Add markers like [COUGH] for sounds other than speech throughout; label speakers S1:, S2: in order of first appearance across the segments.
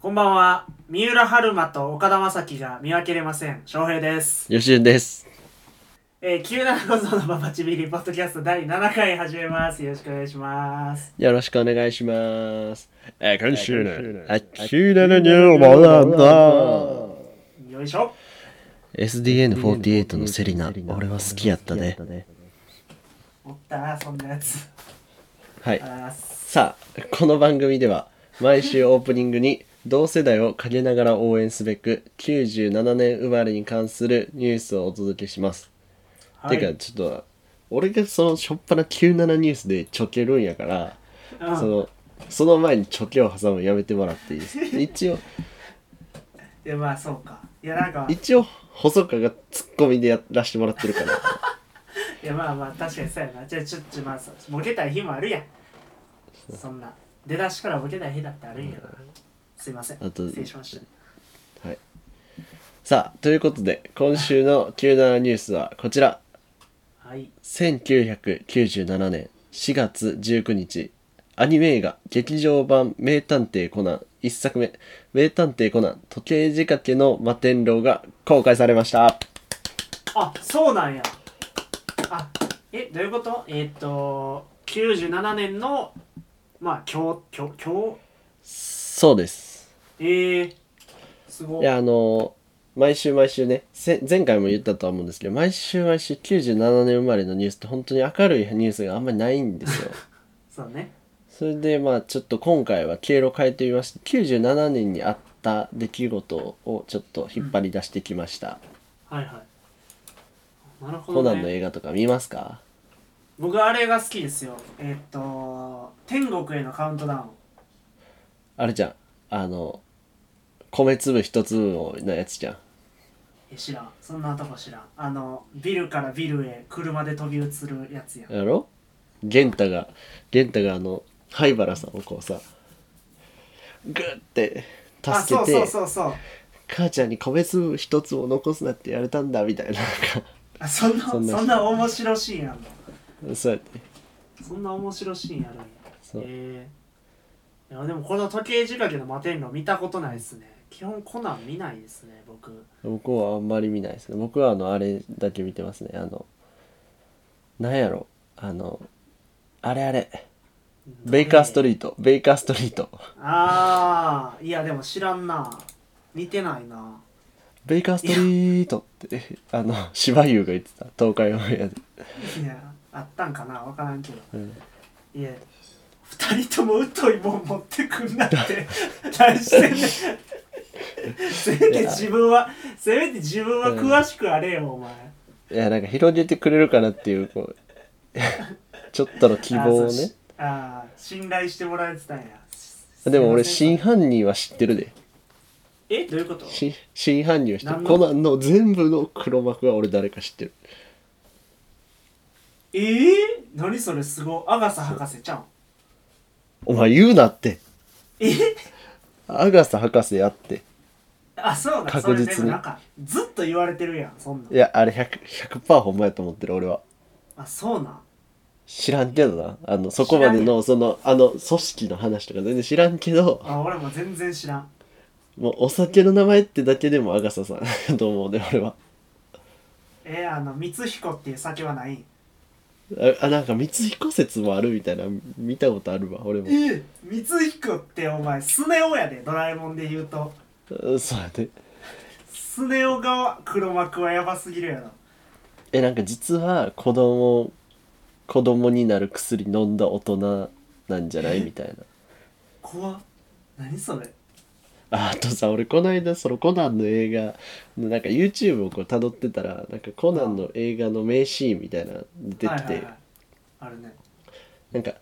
S1: こんばんは。三浦春馬と岡田将生が見分けれません。翔平です。
S2: よしゅんです。
S1: えー、急な小僧のババチビリポッドキャスト第7回始めます。よろしくお願いします。
S2: よろしくお願いします。えー、今週の、あきだのニューモダンだ。
S3: SDN48
S1: よいしょ。
S2: SDN48 のセリナ、俺は好きやったね。
S1: おったな、そんなやつ。
S2: はい
S1: あ。らっす
S2: さあ、この番組では、毎週オープニングに、同世代を陰ながら応援すべく、97年生まれに関するニュースをお届けします。
S1: はい
S2: てか、ちょっと、俺がその、しょっぱな97ニュースでちょけるんやから、
S1: うん
S2: その、その前にちょけを挟むのやめてもらっていいですか [LAUGHS] 一応、
S1: いや、まあそうか。いや、なんか、い
S2: 一応細川がツッコミでやらしてもらってるから [LAUGHS]
S1: や、まあまあ、確かにそうやな。じゃあ、ちょっと、まあ、そうボケたい日もあるやん。そんな。出だしからボケたい日だってあるんやから。すいません。
S2: あと
S1: 失礼しました。
S2: さあということで今週の97ニュースはこちら
S1: はい。
S2: 1997年4月19日アニメ映画劇場版「名探偵コナン」1作目「名探偵コナン時計仕掛けの摩天楼」が公開されました
S1: あそうなんやあえどういうことえーっと97年のまあ今日今日今
S2: そうです
S1: 日えー、すご
S2: いやあのー毎週毎週ねせ前回も言ったとは思うんですけど毎週毎週97年生まれのニュースって本当に明るいニュースがあんまりないんですよ
S1: そうね
S2: それでまあちょっと今回は経路を変えてみまして97年にあった出来事をちょっと引っ張り出してきました、
S1: はいはいなるほ
S2: コ
S1: ど、
S2: ナンの
S1: ね、
S2: 映画とか見ますか
S1: 僕あれが好きですよえーっと天国へのカウントダウン
S2: あれじゃんあの米粒一粒のやつじゃん
S1: え知らんそんなとこ知らんあのビルからビルへ車で飛び移るやつやん
S2: やろ玄太が玄太があの灰原さんをこうさグッて
S1: あ
S2: 助けて
S1: そうそうそうそう
S2: 母ちゃんに米粒一粒を残すなって言われたんだみたいななん
S1: あそんなそ
S2: そ
S1: ん
S2: んな
S1: な面白シーンあんの
S2: かそうやって
S1: そんな面白いシーンあるんや。
S2: そう
S1: えーいやでもこの時計仕掛けの摩天楼見たことないですね。基本コナン見ないですね、僕。
S2: 僕はあんまり見ないですね僕はあのあれだけ見てますねあのなんやろあのあれあれベイカースト
S1: ー
S2: リートベイカーストリート
S1: ト。ああ、いやでも知らんな。見てないな。
S2: ベイカーストリートってあの芝生が言ってた東海オンエアで
S1: いや、あったんかな、わからんけど。
S2: うん
S1: いや、二人とも疎いもん持ってくんなって。何してんねん。せめて自分は、せめて自分は詳しくあれよ、お前。
S2: いやなんか広げてくれるかなっていうこう [LAUGHS] ちょっとの希望
S1: あ
S2: を
S1: ーそう
S2: ね
S1: しあー信頼してもらえてたんや
S2: でも俺
S1: すい
S2: 真
S1: ま
S2: 犯人は知ってるで
S1: せんえどういうこと
S2: し真犯人は知ってる
S1: 何の
S2: コナンの全部の黒幕は俺誰か知ってる
S1: えー、何それすごいアガサ博士ちゃん
S2: お前言うなって
S1: え
S2: アガサ博士やって
S1: あそうだ
S2: 確実に
S1: それでもなんかずっと言われてるやんそんなん
S2: いやあれ 100%, 100ほんまやと思ってる俺は
S1: あそうなん
S2: 知らんけどなあのそこまでのそのあの組織の話とか全然知らんけど
S1: あ俺も全然知らん
S2: もうお酒の名前ってだけでもアガサさん [LAUGHS] やと思うね俺は
S1: えー、あの光彦っていう酒はない
S2: ああなんか光彦説もあるみたいな見たことあるわ俺も
S1: え光彦ってお前スネ夫やでドラえもんで言うと
S2: うんそうやで
S1: スネ夫が黒幕はやばすぎるやろ
S2: えなんか実は子供子供になる薬飲んだ大人なんじゃないみたいな
S1: 怖っ何それ
S2: ああとさ俺この間そのコナンの映画のなんか YouTube をこう辿ってたらなんかコナンの映画の名シーンみたいなの出てきて、
S1: はいはいはい、あるね
S2: なんか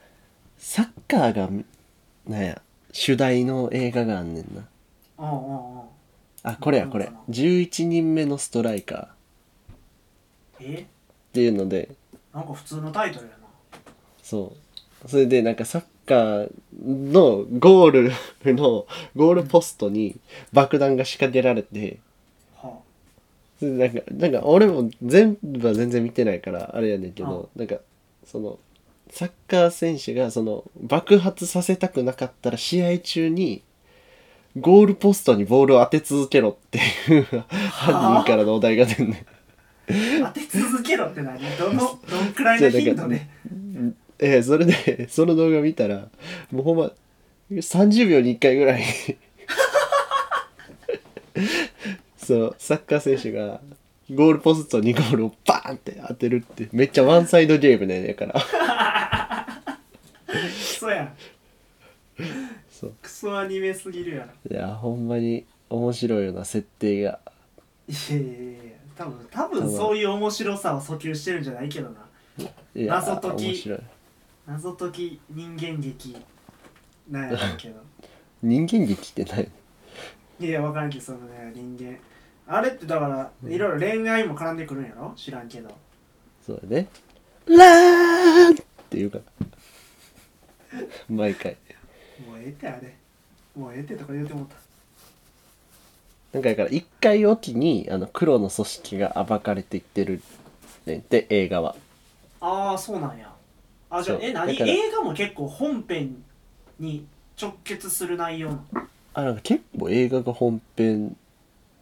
S2: サッカーがなんや主題の映画があんねんな
S1: うんうんうん
S2: あこれやこ
S1: な
S2: れ
S1: んかな
S2: 11人目のストライカーっ
S1: え
S2: ていうので
S1: なんか普通のタイトルやな
S2: そうそれでなんかサッカーのゴールのゴールポストに爆弾が仕掛けられて
S1: は
S2: それでなんかなんか俺も全部は全然見てないからあれやねんけどなんかそのサッカー選手がその爆発させたくなかったら試合中にゴールポストにボールを当て続けろっていう犯人からのお題が出んねん
S1: 当て続けろって何どのどんくらいの頻度で
S2: ええそれでその動画見たらもうほんま30秒に1回ぐらい [LAUGHS] そのサッカー選手がゴールポストにゴールをバーンって当てるってめっちゃワンサイドゲームねだから [LAUGHS]
S1: クソやん
S2: そう
S1: クソアニメすぎるやろ
S2: いやほんまに面白いような設定が
S1: いやいやいやいや多分多分そういう面白さを訴求してるんじゃないけどない
S2: や
S1: 謎解き
S2: 面白い
S1: 謎解き人間劇なんやろうけ
S2: [LAUGHS]
S1: ど
S2: 人間劇ってない
S1: いや分からんけどそのね人間あれってだからいろいろ恋愛も絡んでくるんやろ知らんけど
S2: そうだねラーンっていうから毎回
S1: もうええってあれもうええってとか言うてもうた
S2: なんかだから一回おきにあの黒の組織が暴かれていってるねんて映画は
S1: ああそうなんやあじゃあ
S2: そう
S1: え何
S2: だから
S1: 映画も結構本編に直結する内容なの
S2: あなんか結構映画が本編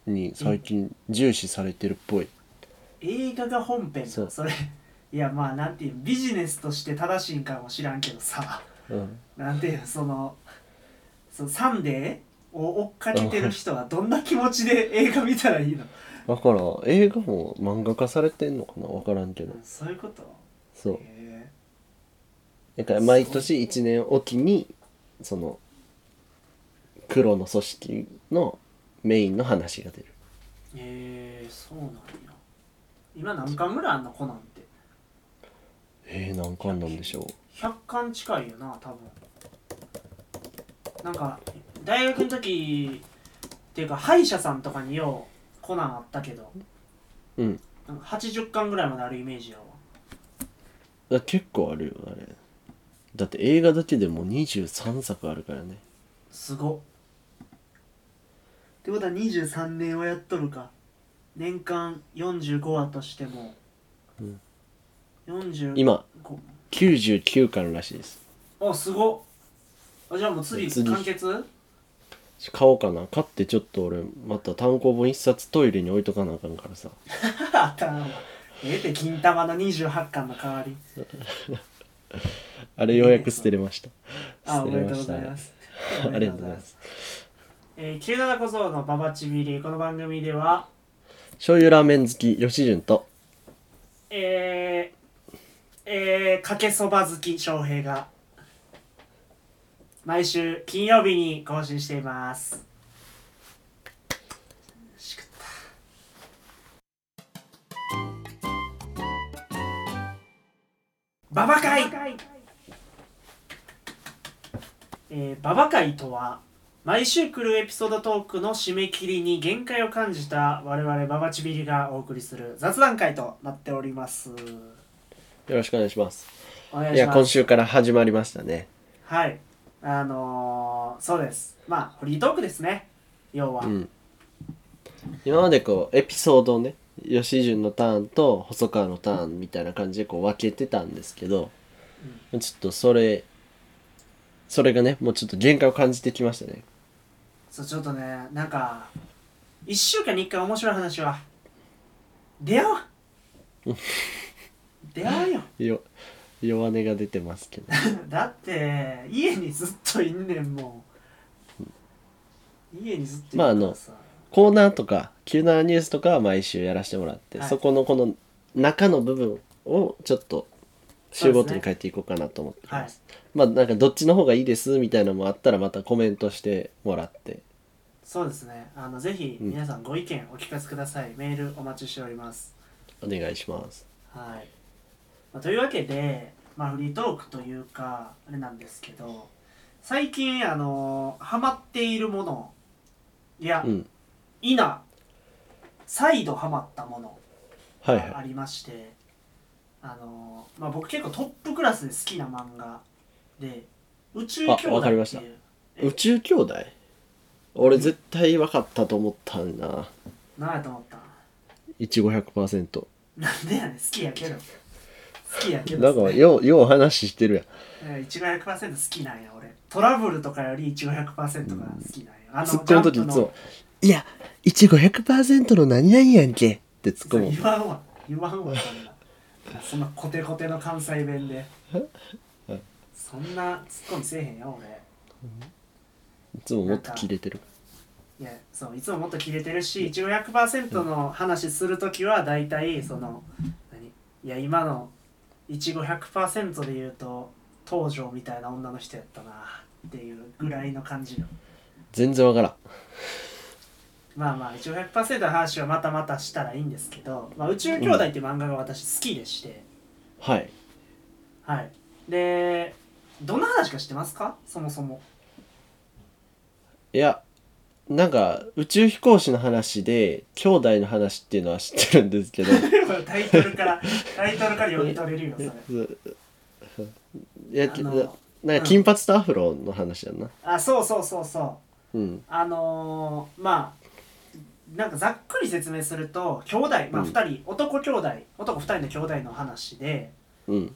S2: に最近重視されてるっぽい、
S1: 映画が本編
S2: そ
S1: そうそれいやまあなんていうビジネスとして正しいんかも知らんけどさ
S2: うん、
S1: なんていうそのそのサンデーを追っかけてる人はどんな気持ちで映画見たらいいの
S2: だから映画も漫画化されてんのかな分からんけど
S1: そういうこと
S2: そう
S1: へ
S2: だから毎年1年おきにその黒の組織のメインの話が出る
S1: えへえそうなんや今何巻ぐらいあんのコナンって
S2: えー、何巻なんでしょ
S1: 100巻近いよな多分なんか大学の時っていうか歯医者さんとかにようコナンあったけど
S2: ううん
S1: なんか80巻ぐらいまであるイメージやわ
S2: だ結構あるよあれだって映画だけでも23作あるからね
S1: すごっってことは23年はやっとるか年間45話としても、
S2: うん
S1: 45
S2: 今99巻らしいです
S1: あすごっあじゃあもう次
S2: 次
S1: 完結
S2: 買おうかな買ってちょっと俺また単行本一冊トイレに置いとかなあかんからさ
S1: [LAUGHS] あったなええって金玉の28巻の代わり
S2: あれようやく捨てれました
S1: あ
S2: 捨
S1: お
S2: て
S1: め
S2: れ
S1: でと
S2: ま
S1: うご
S2: した
S1: ざい
S2: [LAUGHS] あ
S1: ます
S2: りがとうございます
S1: えー、キルナナ小僧のババチビリこの番組では
S2: 醤油ラーメン好き吉潤と
S1: えーえーかけそば好き翔平が毎週金曜日に更新していますしくったババ会えー、ババ会とは毎週来るエピソードトークの締め切りに限界を感じた我々ババチビリがお送りする雑談会となっております
S2: よろしくお願いします
S1: お願い
S2: い
S1: し
S2: や
S1: ま
S2: 今
S1: す
S2: 週から始まりましたね
S1: はいあのー、そうですまあフリートークですね要は、
S2: うん今までこうエピソードをね吉潤のターンと細川のターンみたいな感じでこう分けてたんですけど、ちょっとそれそれがねもうちょっと限界を感じてきましたね
S1: そうちょっとねなんか1週間に1回面白い話は出会おう
S2: [LAUGHS]
S1: 出会おうよ
S2: よ弱音が出てますけど
S1: だって家にずっといんねんもう家にずっといん
S2: まああ
S1: ねん
S2: のコーナーとか急なニュースとかは毎週やらせてもらって、
S1: はい
S2: そこのこの中の部分をちょっと週
S1: そう
S2: ごと
S1: です
S2: に
S1: ね
S2: 変えていこうかなと思って
S1: は
S2: ま
S1: い
S2: す、まあなんかどっちの方がいいですみたいなのもあったらまたコメントしてもらって
S1: そうですねあのぜひ
S2: うん
S1: 皆さんご意見お聞かせください、メールお待ちしております
S2: お願いします
S1: はい、まあ、というわけで、まあ、フリートークというかあれなんですけど最近あのハマっているものいや、
S2: うん
S1: いな再度ハマったもの
S2: はい
S1: あ
S2: は
S1: りまして、あのまあ、僕結構トップクラスで好きな漫画で「宇宙兄弟」
S2: あわかりま
S1: っ
S2: してた
S1: いう
S2: い宇宙兄弟俺絶対分かったと思ったんだな
S1: 何やと思った
S2: 1500%
S1: なんでやねん好きやけど好きやけど
S2: なんかようよう話してるやん
S1: えー1500%好きなんや俺トラブルとかより1500%が好きなんや、あの
S2: 突っ込む時
S1: ジ
S2: いつ
S1: ャン
S2: も「いやいち500%の何々やんけ」って突っ
S1: プ
S2: 込
S1: の
S2: む
S1: 言わんわ言わんわそんなそんなコテコテの関西弁
S2: [LAUGHS]
S1: でそんなツッコミせえへんよ俺
S2: いつももっと切れてる
S1: いやそういつももっと切れてるし一応100%の話するときは大体その何いや今のいちご100%で言うと東條みたいな女の人やったなっていうぐらいの感じの
S2: 全然わからん
S1: まあまあ一応100%の話はまたまたしたらいいんですけど「まあ、宇宙兄弟」っていう漫画が私好きでして、
S2: はい
S1: はいでどんな話か知ってますかそもそも [LAUGHS]
S2: いやなんか宇宙飛行士の話で兄弟の話っていうのは知ってるんですけど [LAUGHS]
S1: タイトルからタイトルから読み取れるよそれ
S2: いや
S1: あの
S2: なんか金髪とアフロの話やんな
S1: あそうそうそうそう
S2: うん
S1: あのーまあなんかざっくり説明すると兄弟、まあ、
S2: うん
S1: 2人、男兄弟男2人の兄弟の話で
S2: うん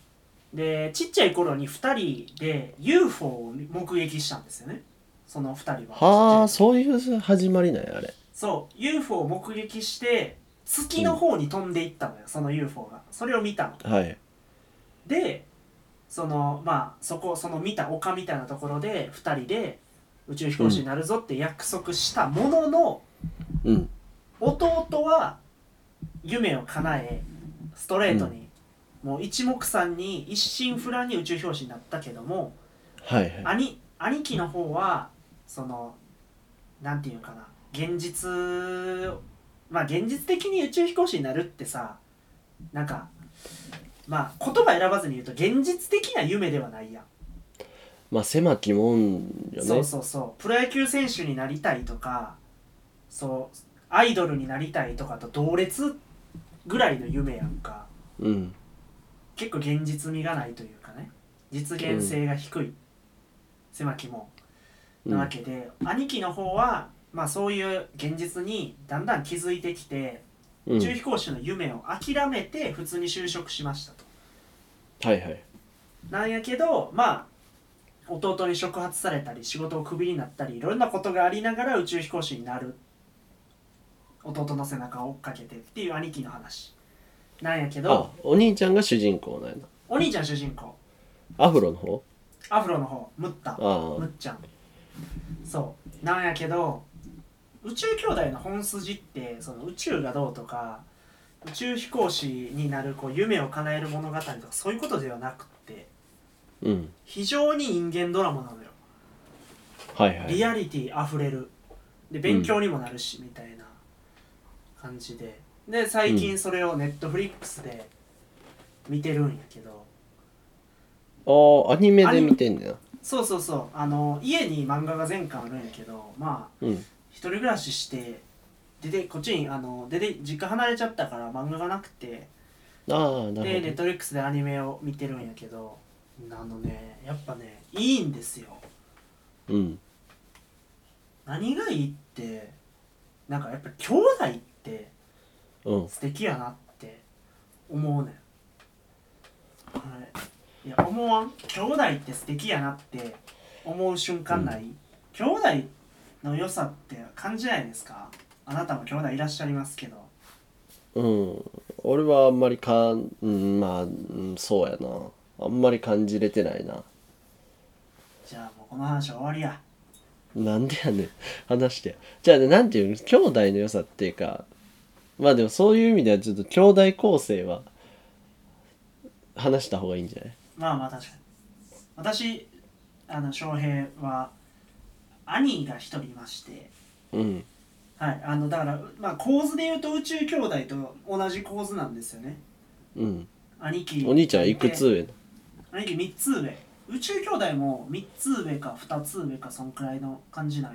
S1: でちっちゃい頃に2人で UFO を目撃したんですよねその2人は
S2: はあ
S1: ちっちゃい
S2: そういう始まりなんやあれ
S1: そう UFO を目撃して月の方に飛んでいったのよ、その UFO がそれを見たの
S2: はい
S1: でそのまあそこその見た丘みたいなところで2人で宇宙飛行士になるぞって約束したものの、
S2: うん
S1: 弟は夢を叶えストレートに、もう一目散に一心不乱に宇宙飛行士になったけども、
S2: はいはい
S1: 兄兄貴の方はそのなんていうかな現実まあ現実的に宇宙飛行士になるってさなんかまあ言葉選ばずに言うと現実的な夢ではないやん
S2: まあ狭きもんよね
S1: そうそうそうプロ野球選手になりたいとかそうアイドルになりたいとかと同列ぐらいの夢やんか
S2: うん
S1: 結構現実味がないというかね実現性が低い、狭きも
S2: う
S1: なんわけで、兄貴の方は、まあ、そういう現実にだんだん気づいてきて
S2: う
S1: 宇
S2: ん
S1: 宙飛行士の夢を諦めて普通に就職しましたと。
S2: はいはい
S1: なんやけどまあ弟に触発されたり仕事をクビになったりいろんなことがありながら宇宙飛行士になる弟の背中を追っかけてっていう兄貴の話なんやけ
S2: あ
S1: ど
S2: お兄ちゃんが主人公なんやな
S1: お兄ちゃん主人公
S2: アフロの方
S1: アフロの方ムッタ
S2: あ
S1: む
S2: あ
S1: っちゃんそうなんやけど宇宙兄弟の本筋ってその宇宙がどうとか宇宙飛行士になるこう夢を叶える物語とかそういうことではなくって
S2: うん
S1: 非常に人間ドラマなのよ
S2: はいはい
S1: リアリティあふれるで勉強にもなるし、みたいな感じでで最
S2: う
S1: 近それをネットフリックスで見てるんやけど、
S2: ああアニメで見てんねんな
S1: そうそうそうあの家に漫画が全巻あるんやけどまあ
S2: うん
S1: 一人暮らしして出てこっちにあの出て実家離れちゃったから漫画がなくて
S2: ああな
S1: でネ
S2: る
S1: ットフリックスでアニメを見てるんやけどあのねやっぱねいいんですよ
S2: ほどうん
S1: 何がいいってなんかやっぱ兄弟って
S2: うん
S1: 素敵やなって思うねん、はい、いや思わん兄弟って素敵やなって思う瞬間ない、兄弟の良さって感じないですかあなたも兄弟いらっしゃいますけど
S2: うん、俺はあんまりかん、うん、まあ、うん、そうやな。あんまり感じれてないな。
S1: じゃあもうこの話は終わりや
S2: なんでやねん。 [LAUGHS] 話して。じゃあね、なんていうの、兄弟の良さっていうか、まあでもそういう意味ではちょっと兄弟構成は話した方がいいんじゃない
S1: まあまあ確かに私あの翔平は兄が一人いまして
S2: うん。
S1: はいあのだから、まあ、構図で言うと宇宙兄弟と同じ構図なんですよね
S2: うん。
S1: 兄貴
S2: お兄ちゃんいくつ上の
S1: 兄貴3つ上宇宙兄弟も3つ上か2つ上かそんくらいの感じなん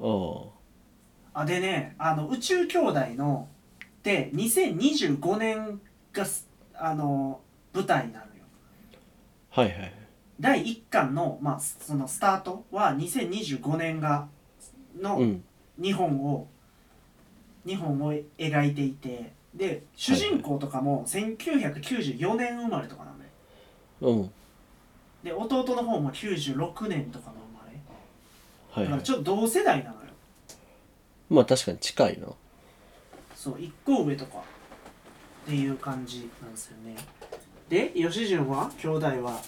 S1: よ
S2: あ
S1: あでねあの宇宙兄弟ので2025年がすあの舞台なのよ
S2: あ。はいはい。
S1: 第1巻の,、まあ、そのスタートは2025年が
S2: う
S1: の
S2: ん。
S1: 日本を、日本を描いていてで主人公とかも1994年生まれとかなのよ
S2: うん。
S1: で弟の方も96年とかの生まれ
S2: はい
S1: だか
S2: は
S1: ら
S2: い
S1: ちょっと同世代なのよ
S2: まあ確かに近いな
S1: そう1個上とかっていう感じなんですよねで吉純は兄弟は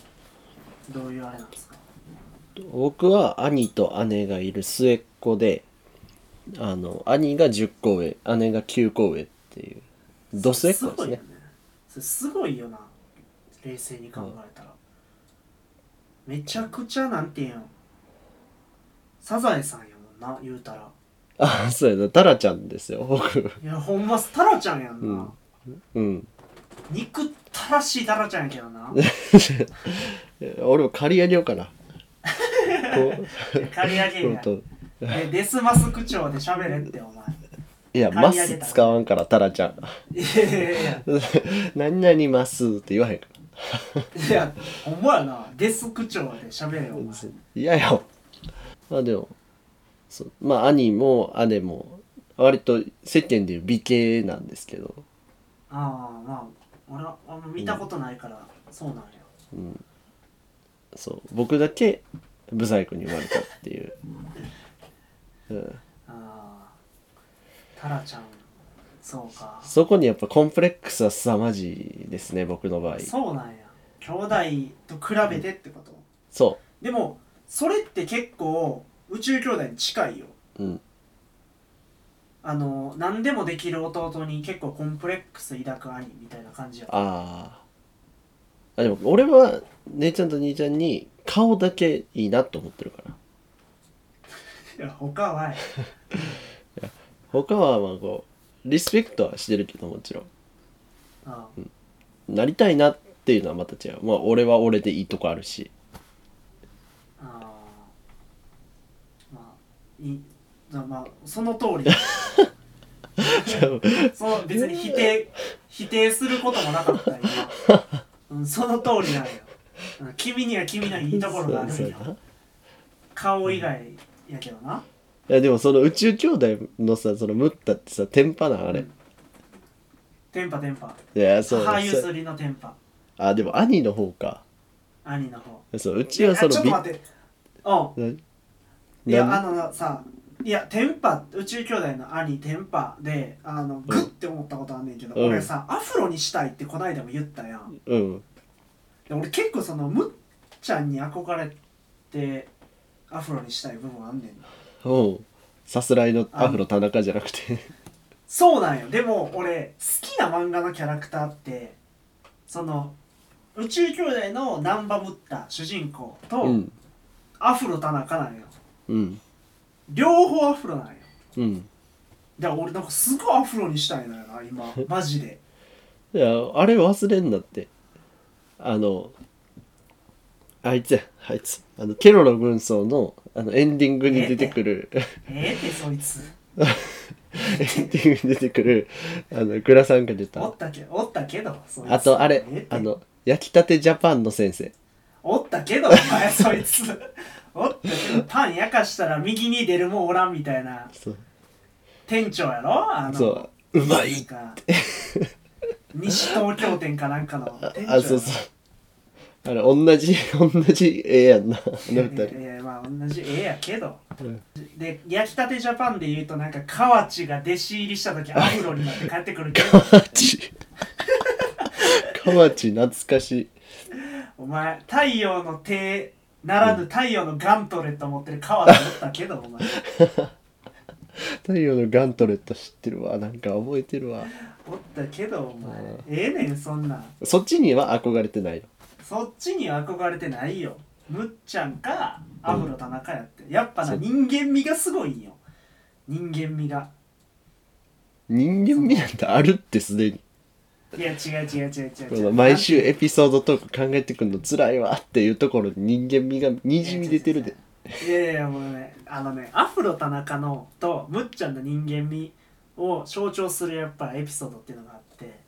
S1: どういうあれなんですか
S2: 僕は兄と姉がいる末っ子であの兄が10個上姉が9個上っていうど末っ子です
S1: ごいよ
S2: ね
S1: それすごいよな冷静に考えたら、めちゃくちゃなんていうんサザエさんやもんな言うたら
S2: あそうやなタラちゃんですよ僕
S1: いやほんまタラちゃんやんな、
S2: うんうん [LAUGHS]
S1: 憎ったらしいタラちゃんやけどな
S2: 俺も借り上げようかなこ
S1: [LAUGHS]
S2: う
S1: 刈り上げるやん
S2: 本
S1: でデスマスク調で喋れってお
S2: [LAUGHS]
S1: 前
S2: 当いや
S1: 借
S2: マ
S1: り上げた
S2: ス使わんからタラちゃん
S1: いやいやいや
S2: 何々マスって言わへんか
S1: いやほんまやなデスク調で喋れよお前
S2: らいやよまあでもそうまあ兄も姉も割と世間でいう美形なんですけど
S1: ああまあ俺はあんま見たことないから、そうなんや
S2: そう僕だけブサイクに生まれたっていう、うん、
S1: ああタラちゃんそうか
S2: そこにやっぱコンプレックスは凄まじいですね僕の場合
S1: そうなんや兄弟と比べてってこと、
S2: そ
S1: でもそれって結構宇宙兄弟に近いよ
S2: ううん
S1: あの何でもできる弟に結構コンプレックス抱く兄みたいな感じや
S2: あーあでも俺は姉ちゃんと兄ちゃんに顔だけいいなと思ってるから
S1: いや他はや
S2: 他はまあこうリスペクトはしてるけどもちろん
S1: ああ
S2: なりたいなっていうのはまた違うまあ俺は俺でいいとこあるし
S1: ああまあいじゃあまあその通
S2: [LAUGHS]
S1: りその別に否定否定することもなかった今、うん、その通りなんようん君には君のいいところがある
S2: そ
S1: ん
S2: う
S1: よ
S2: そうい
S1: 顔以外やけどな
S2: やでもその宇宙兄弟のさそのムッタってさテンパなんあれ、
S1: うんテンパテンパ
S2: いやそう
S1: 母ゆ
S2: そう
S1: すりのテンパ
S2: あでも兄の方か
S1: 兄の方
S2: そううち
S1: えあ
S2: は
S1: ちょ
S2: そ
S1: っと
S2: のび
S1: 待ってうんい
S2: な
S1: や
S2: な
S1: あのさいやテンパ宇宙兄弟の兄テンパであのグッて思ったことあんねんけど、
S2: うん
S1: 俺さアフロにしたいってこないだも言ったやん
S2: うん
S1: で俺結構そのむっちゃんに憧れてアフロにしたい部分あんねんな
S2: おうさすらいのアフロ田中じゃなくて
S1: そうなんよでも俺好きな漫画のキャラクターってその宇宙兄弟のナンバブッタ主人公と、
S2: うん
S1: アフロ田中なんよ
S2: うん
S1: 両方アフロなんよ
S2: うん
S1: だから俺なんかすごいアフロにしたいのよな
S2: [LAUGHS]
S1: 今マジで
S2: いやあれ忘れんなってあのあいつやあいつあのケロロ軍曹のあのエンディングに出てくる
S1: ええってそいつ
S2: エンディングに出てくるあのグラサンが出
S1: お
S2: た
S1: ったけおったけどそいつ
S2: あとあれ
S1: ええって
S2: あの焼きたてジャパンの先生
S1: おったけどお前そいつおったけどパン焼かしたら右に出るもんおらんみたいな
S2: そう
S1: 店長やろあの
S2: そううまい
S1: なんか西東京店かなんかの店長
S2: あそうそうあれ同じ同じ絵やんなあの
S1: いや
S2: 二人
S1: いやまあ同じええやけど
S2: うん
S1: で焼きたてジャパンで言うとなんか河内が弟子入りした時アフロになって帰ってくるけど
S2: 河内河内懐かしい
S1: お前太陽の手ならぬ太陽のガントレット持ってる川だったけどお前
S2: 太陽のガントレット知ってるわなんか覚えてるわ
S1: おったけどお前
S2: あー
S1: ええねんそんなん
S2: そっちには憧れてないの
S1: そっちには憧れてないよむっちゃんかアフロ田中やってやっぱな
S2: そう
S1: 人間味がすごいんよ人間味が
S2: 人間味なんてあるってすでに
S1: いや違う違う違う違う
S2: こ
S1: 違う
S2: の毎週エピソードトーク考えてくんの辛いわっていうところに人間味がにじみ出てるで
S1: いやいやもうねあのねアフロ田中のとむっちゃんの人間味を象徴するやっぱエピソードっていうのがあって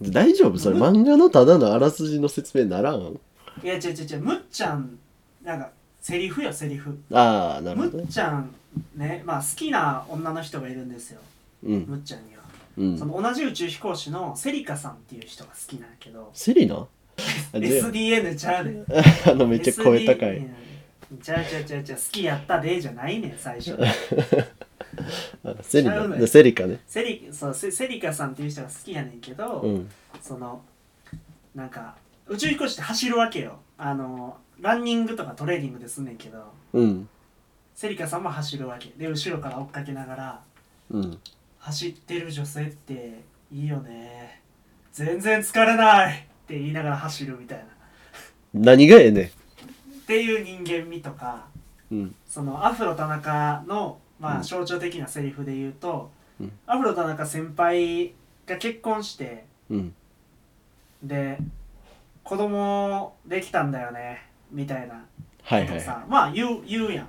S2: 大丈夫それ漫画のただのあらすじの説明ならん
S1: いや違う違う違うむっちゃんなんかセリフよセリフ
S2: ああなるほ
S1: む
S2: ど
S1: っ
S2: ね
S1: ちゃんねまあ好きな女の人がいるんですよ
S2: うん
S1: むっちゃんには、
S2: うん
S1: その同じ宇宙飛行士のセリカさんっていう人が好きなんやけど [LAUGHS]
S2: セリナあじゃ
S1: SDN ちゃうねん
S2: [LAUGHS] ああのめっちゃ声高い
S1: SDN ちゃうちゃうちゃうちゃう好きやったでじゃないねん最
S2: [LAUGHS]
S1: 初
S2: あセリ
S1: ちゃうの
S2: カ
S1: よ
S2: セリカね
S1: セリそうセセリカさんっていう人が好きやねんけど、
S2: うん
S1: そのなんか宇宙飛行士って走るわけよあのランニングとかトレーニングですんねんけど
S2: うん
S1: セリカさんも走るわけで後ろから追っかけながら
S2: うん
S1: 走ってる女性っていいよね全然疲れないって言いながら走るみたいなっ
S2: 何がええね
S1: ていう人間味とか
S2: んうん
S1: そのアフロ田中の、ま
S2: う
S1: あ、
S2: ん
S1: 象徴的なセリフで言うと、
S2: うん
S1: アフロ田中先輩が結婚して
S2: うん
S1: で子供できたんだよねみたいな
S2: は
S1: こ
S2: い
S1: と
S2: は
S1: を
S2: い
S1: さ、まあ言う言うやん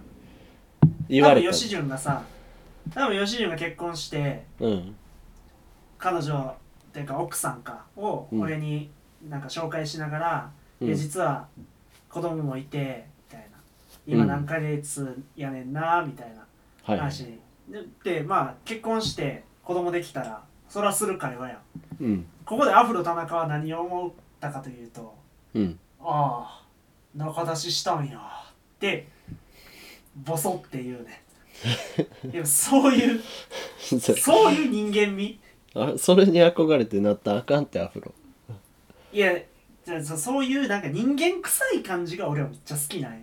S2: 言われ
S1: 多
S2: た
S1: 分吉純がさ多分吉純が結婚して
S2: うん
S1: 彼女っていうか奥さんかを
S2: うん
S1: 俺になんか紹介しながら、
S2: う
S1: いや
S2: ん
S1: 実は子供もいてみたいな今
S2: うん
S1: 何ヶ月やねんなみたいな
S2: はいはい
S1: 話、ででまあ結婚して子供できたらそらする会話やん
S2: うん
S1: ここでアフロ田中は何を思ったかというと
S2: うん [LAUGHS]
S1: ああ仲出ししたんやってボソって言うね
S2: [LAUGHS]
S1: でもそういうそういう人間味
S2: あそれに憧れてなったらあかんってアフロ
S1: いやじゃあそそういうなんか人間臭い感じが俺はめっちゃ好きなんよ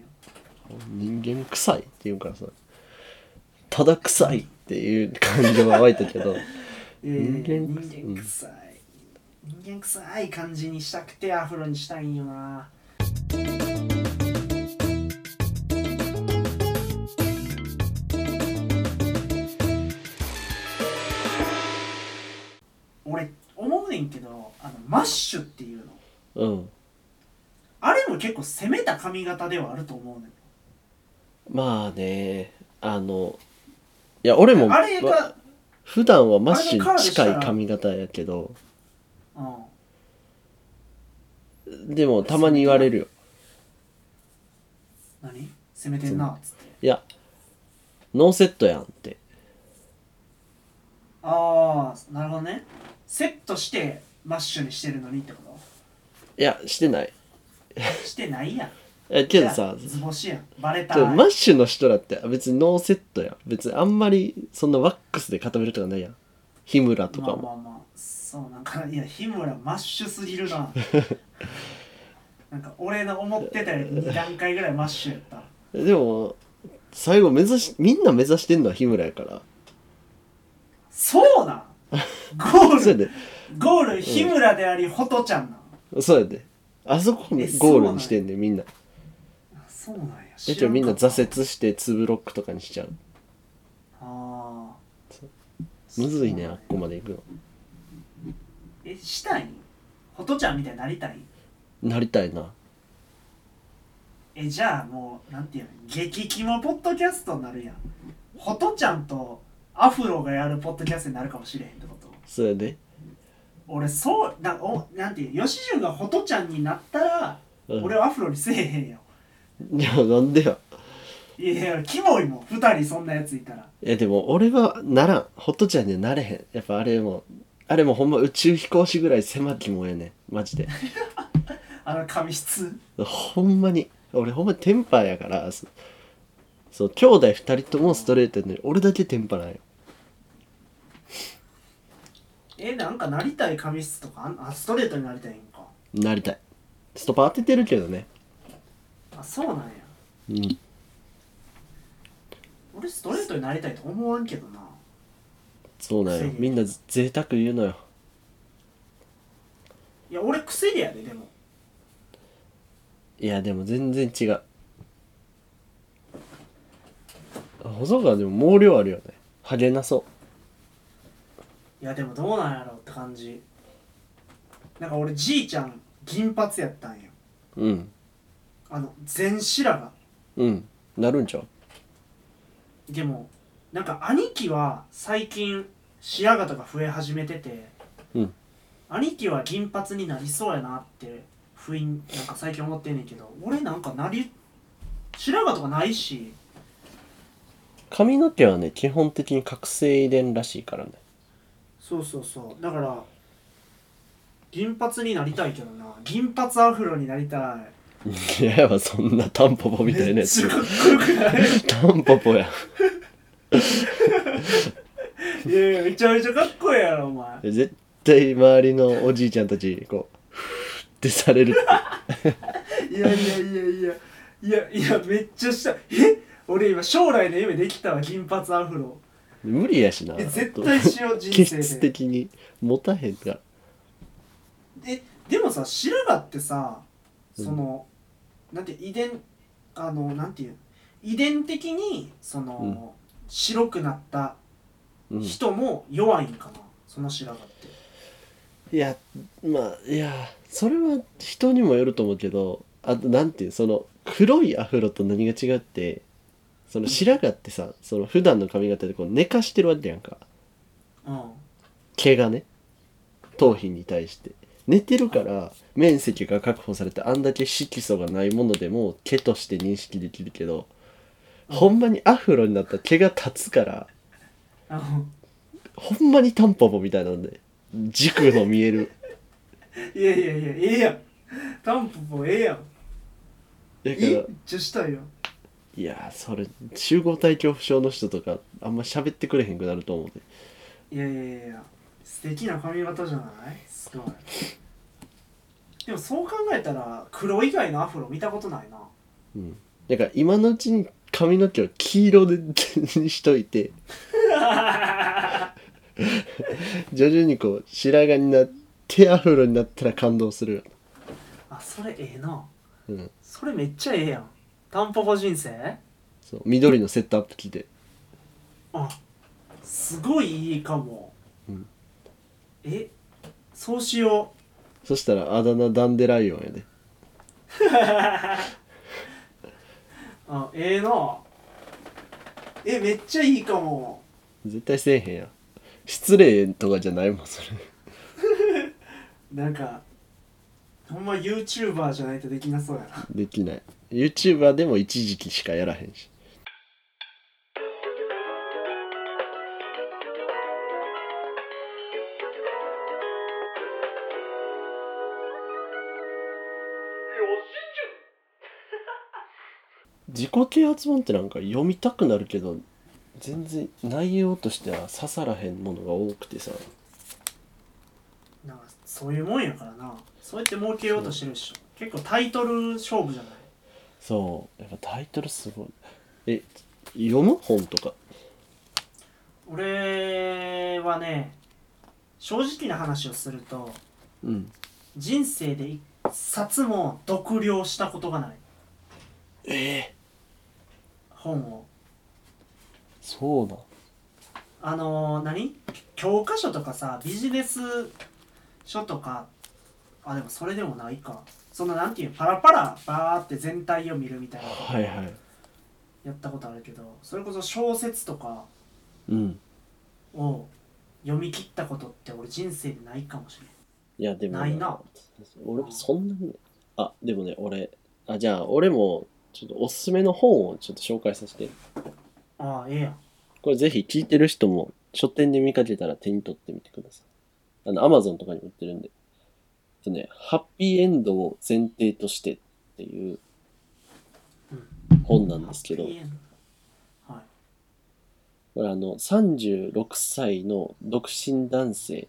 S2: 人間臭いって言うからさただ臭いっていう感情は湧いたけど [LAUGHS]
S1: えー
S2: 人間臭い
S1: 人間臭い、人間臭い感じにしたくてアフロにしたいんよな俺思うねんけどあのマッシュっていうの
S2: うん
S1: あれも結構攻めた髪型ではあると思うねん
S2: まあねあのいや俺も
S1: あれ
S2: ま
S1: が、
S2: 普段はマッシュに近い髪型やけど
S1: うん、
S2: でもたまに言われるよ
S1: 何攻めてんなっつって
S2: いやノーセットやんって
S1: ああなるほどねセットしてマッシュにしてるのにってこと
S2: いやしてない
S1: してないやん。
S2: えけどさ
S1: いや図星やん。バレた。
S2: でもマッシュの人らって別にノーセットやん別にあんまりそんなワックスで固めるとかないやん日村と
S1: ま
S2: か
S1: あ
S2: も
S1: まあまあ。そうなんかいや日村マッシュすぎるな。なんか俺の思ってたより2段階ぐらいマッシュやった。
S2: でも最後目指しみんな目指してんのは日村やから
S1: そうなん。ゴ
S2: そう
S1: ー
S2: や
S1: ル
S2: で
S1: ゴール日村でありホトちゃんなん。
S2: そうやであそこも
S1: えそう
S2: ゴ
S1: なん
S2: ールにしてんねんみんな
S1: そうなんや。
S2: え
S1: 知
S2: じ
S1: ら
S2: ゃあみんな
S1: かった
S2: 挫折してツーブロックとかにしちゃう
S1: ああ。
S2: むずいね
S1: そう
S2: あ
S1: なん
S2: っ
S1: や
S2: こまで行くの
S1: えしたい？ホトちゃんみたいになりたい？
S2: なりたいな
S1: えじゃあもうなんていうの激キモポッドキャストになるやんホトちゃんとアフロがやるポッドキャストになるかもしれへんってこと
S2: そうやで [LAUGHS]
S1: 俺そうなおなんていう吉純がホトちゃんになったら、
S2: うん
S1: 俺はアフロにせえへんよ
S2: いやなんでや
S1: いやいやキモいもん2人そんなやついたら
S2: いやでも俺はならんホットちゃんにはなれへんやっぱあれもあれもほんま宇宙飛行士ぐらい狭きもんやねんマジで
S1: あの髪質
S2: ほんまに俺ほんまテンパーやからそそう兄弟2人ともストレートやのに俺だけテンパなんよ
S1: えなんかなりたい髪質とかあんあストレートになりたいんか
S2: なりたいストパー当ててるけどね
S1: あそうなんや
S2: うん
S1: 俺ストレートになりたいと思わんけどな
S2: そうなんよみんな贅沢言うのよ
S1: いや俺癖でやででも
S2: いやでも全然違う細川でも毛量あるよね励なそ
S1: いやでもどうなんやろうって感じなんか俺じいちゃん銀髪やったんよ
S2: ううん
S1: あの全白髪
S2: うんなるんちゃう
S1: でもなんか兄貴は最近白髪とか増え始めてて、
S2: うん
S1: 兄貴は銀髪になりそうやなって不意になんか最近思ってんねんけど俺なんかなり白髪とかないし
S2: 髪の毛はね基本的に覚醒遺伝らしいからね [LAUGHS]
S1: そうそうそうだから銀髪になりたいけどな銀髪アフロになりたい
S2: いやばそんなタンポポみたいな
S1: め
S2: や
S1: っち
S2: つ
S1: ゃかっこよくない
S2: タンポポや
S1: いやいやめちゃめちゃかっこいいやろお前
S2: 絶対周りのおじいちゃんたちこうふーってされるって
S1: いやいやいやいやいやいやめっちゃしたえ俺今将来の夢できたわ金髪アフロ
S2: 無理やしな
S1: え絶対しよう人
S2: 気
S1: 生で
S2: 質的に持たへんから
S1: えでもさ白髪ってさその、なんて遺伝あのなんていう遺伝的にその、白くなった
S2: うんい
S1: 人も弱いんかな、その白髪って
S2: やまあいやそれは人にもよると思うけどあとなんていうその黒いアフロと何が違うってその白髪ってさその普段の髪型でこう寝かしてるわけやんか
S1: うん
S2: 毛がね頭皮に対して寝てるから面積が確保されてあんだけ色素がないものでも毛として認識できるけどほんまにアフロになったら毛が立つから
S1: あの
S2: ほんまにタンポポみたいなんで軸の見える
S1: いやいやいやええやんタンポポええやん
S2: だか
S1: いいめ
S2: ら
S1: っちゃしたいよ
S2: いやーそれ集合体恐怖症の人とかあんま喋ってくれへんくなると思うで
S1: いやいやいやいや素敵な髪型じゃないすごいでもそう考えたら黒以外のアフロ見たことないな
S2: うんだから今のうちに髪の毛を黄色で [LAUGHS] にしといて徐々にこう白髪になってアフロになったら感動する
S1: あそれええな
S2: うん
S1: それめっちゃええやんタンポポ人生
S2: そう緑のセットアップ着て
S1: あすごいいいかも、
S2: うん
S1: えそうしよ
S2: そしたらあだ名ダンデライオンやで
S1: うあええなえめっちゃいいかも
S2: 絶対せえへんやん失礼とかじゃないもんそれ
S1: なんかほんま YouTuber じゃないとできなそうやな
S2: できない YouTuber でも一時期しかやらへんし [LAUGHS] 自己啓発本ってなんか読みたくなるけど全然内容としては刺さらへんものが多くてさ
S1: なんかそういうもんやからなそうやって儲けようとしてるでしょ結構タイトル勝負じゃない
S2: そうやっぱタイトルすごいえ読む本とか
S1: 俺はね正直な話をすると
S2: うん
S1: 人生で一冊も読了したことがない
S2: ええ
S1: 本を
S2: そうなん
S1: あのー、何教科書とかさビジネス書とかあでもそれでもないかそのなんていうパラパラバーって全体を見るみたいなこと
S2: はいはい
S1: やったことあるけどそれこそ小説とか
S2: うん
S1: を読み切ったことって俺人生でないかもしれない
S2: いやでも
S1: ないな
S2: 俺もそんなにあでもね俺あじゃあ俺もちょっとおすすめの本をちょっと紹介させて
S1: ああええやん
S2: これぜひ聞いてる人も書店で見かけたら手に取ってみてくださいあのアマゾンとかにも売ってるんでえっとねハッピーエンドを前提としてっていう本なんですけど
S1: ハッピーエンドはい
S2: これあの36歳の独身男性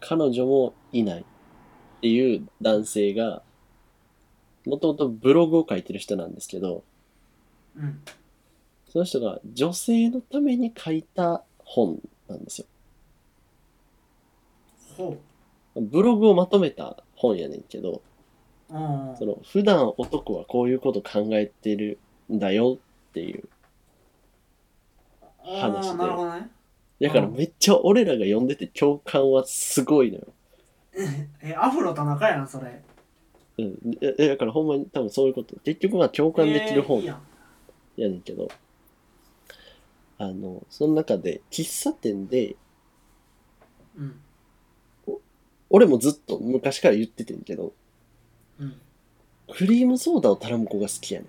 S2: 彼女もいないっていう男性がもともとブログを書いてる人なんですけど
S1: うん
S2: その人が女性のために書いた本なんですよ
S1: ほ
S2: ブログをまとめた本やねんけど
S1: ううん
S2: その普段男はこういうこと考えてるんだよっていう
S1: あ
S2: 話で
S1: ーなるほどね [LAUGHS]
S2: だからめっちゃ俺らが読んでて共感はすごいのよ
S1: えアフロ田中やんそれ
S2: うん、ええだからほんまに多分そういうこと結局まあ共感でき
S1: え
S2: る
S1: ー
S2: 本
S1: いいやん
S2: やねんけど、あのその中で喫茶店で
S1: うん
S2: 俺もずっと昔から言っててんけど
S1: うん
S2: クリームソーダを頼む子が好きやねん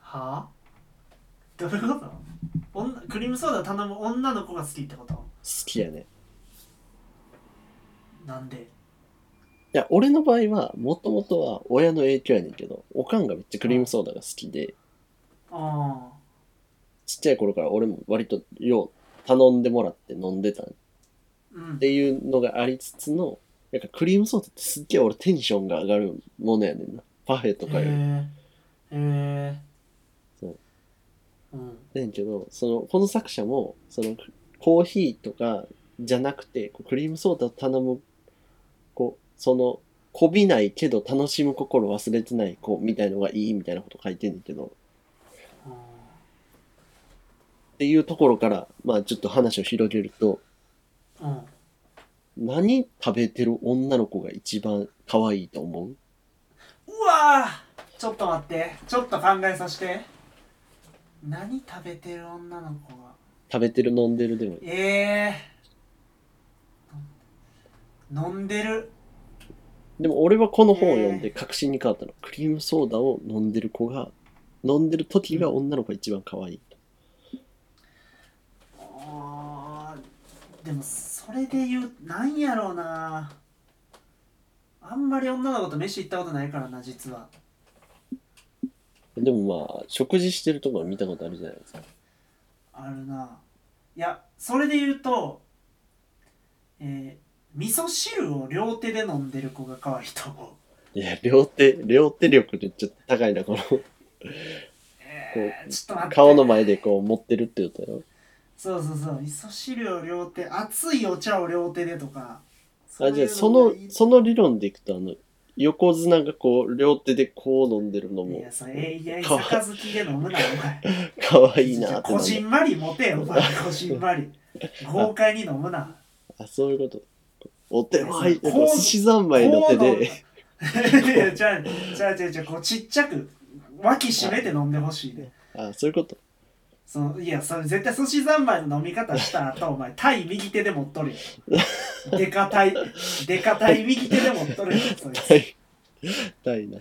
S1: はあどういうこと女クリームソーダ頼む女の子が好きってこと
S2: 好きやねん
S1: なんで
S2: いや、俺の場合は、もともとは親の影響やねんけど、おかんがめっちゃクリームソーダが好きで、
S1: あ
S2: ちっちゃい頃から俺も割とよう頼んでもらって飲んでたっ
S1: あうん
S2: ていうのがありつつの、なんかクリームソーダってすっげえ俺テンションが上がるものやねんな。パフェとかより。
S1: へえへえ
S2: そう
S1: うん
S2: ねんけど、その、この作者も、その、コーヒーとかじゃなくて、こうクリームソーダを頼む、こう、その、こびないけど楽しむ心忘れてない子みたいのがいいみたいなこと書いてんねんけど、
S1: あー
S2: っていうところから、まあちょっと話を広げると、
S1: うん
S2: 何食べてる女の子が一番可愛いと思う
S1: うわーちょっと待ってちょっと考えさせて何食べてる女の子が
S2: 食べてる飲んでるでもいい。
S1: ええ飲んでる
S2: でも俺はこの本を読んで確信に変わったの。クリームソーダを飲んでる子が、飲んでる時が女の子が一番可愛い。
S1: あーでもそれで言うなんやろうなあんまり女の子と飯行ったことないからな実は
S2: でもまあ、食事してるところ見たことあるじゃないですか。
S1: あるないやそれで言うとえー、味噌汁を両手で飲んでる子が可愛いと思う
S2: いや、両手、両手力ってちょっと高いな、この
S1: えー、ちょっと待って
S2: 顔の前でこう持ってるって言ったよ。
S1: そうそうそう味噌汁を両手熱いお茶を両手でとか
S2: あ、じゃあそ
S1: そういう
S2: の
S1: がい、い
S2: その理論でいくと、あの、横綱がこう、両手でこう飲んでるの
S1: い
S2: も
S1: や、それ、いや、
S2: かわ
S1: 杯で飲むな、お前。
S2: 可愛いなって
S1: こ
S2: なんだ
S1: じんまり持てよ、お前。こじんまり。豪快に飲むな。
S2: あ、そういうこと。お手前、
S1: こう
S2: こう寿司三昧の手で、
S1: いやいや、じゃあ、じゃあ、じゃあ、じゃあ、こうちっちゃく、脇締めて飲んでほしいね。
S2: あ、そういうこと。
S1: そのいや、それ絶対寿司三昧の飲み方した後、お前、タイ右手で持っとるよ。でかたい、でかたい右手で持っとるよ、そいつ
S2: はい。大な。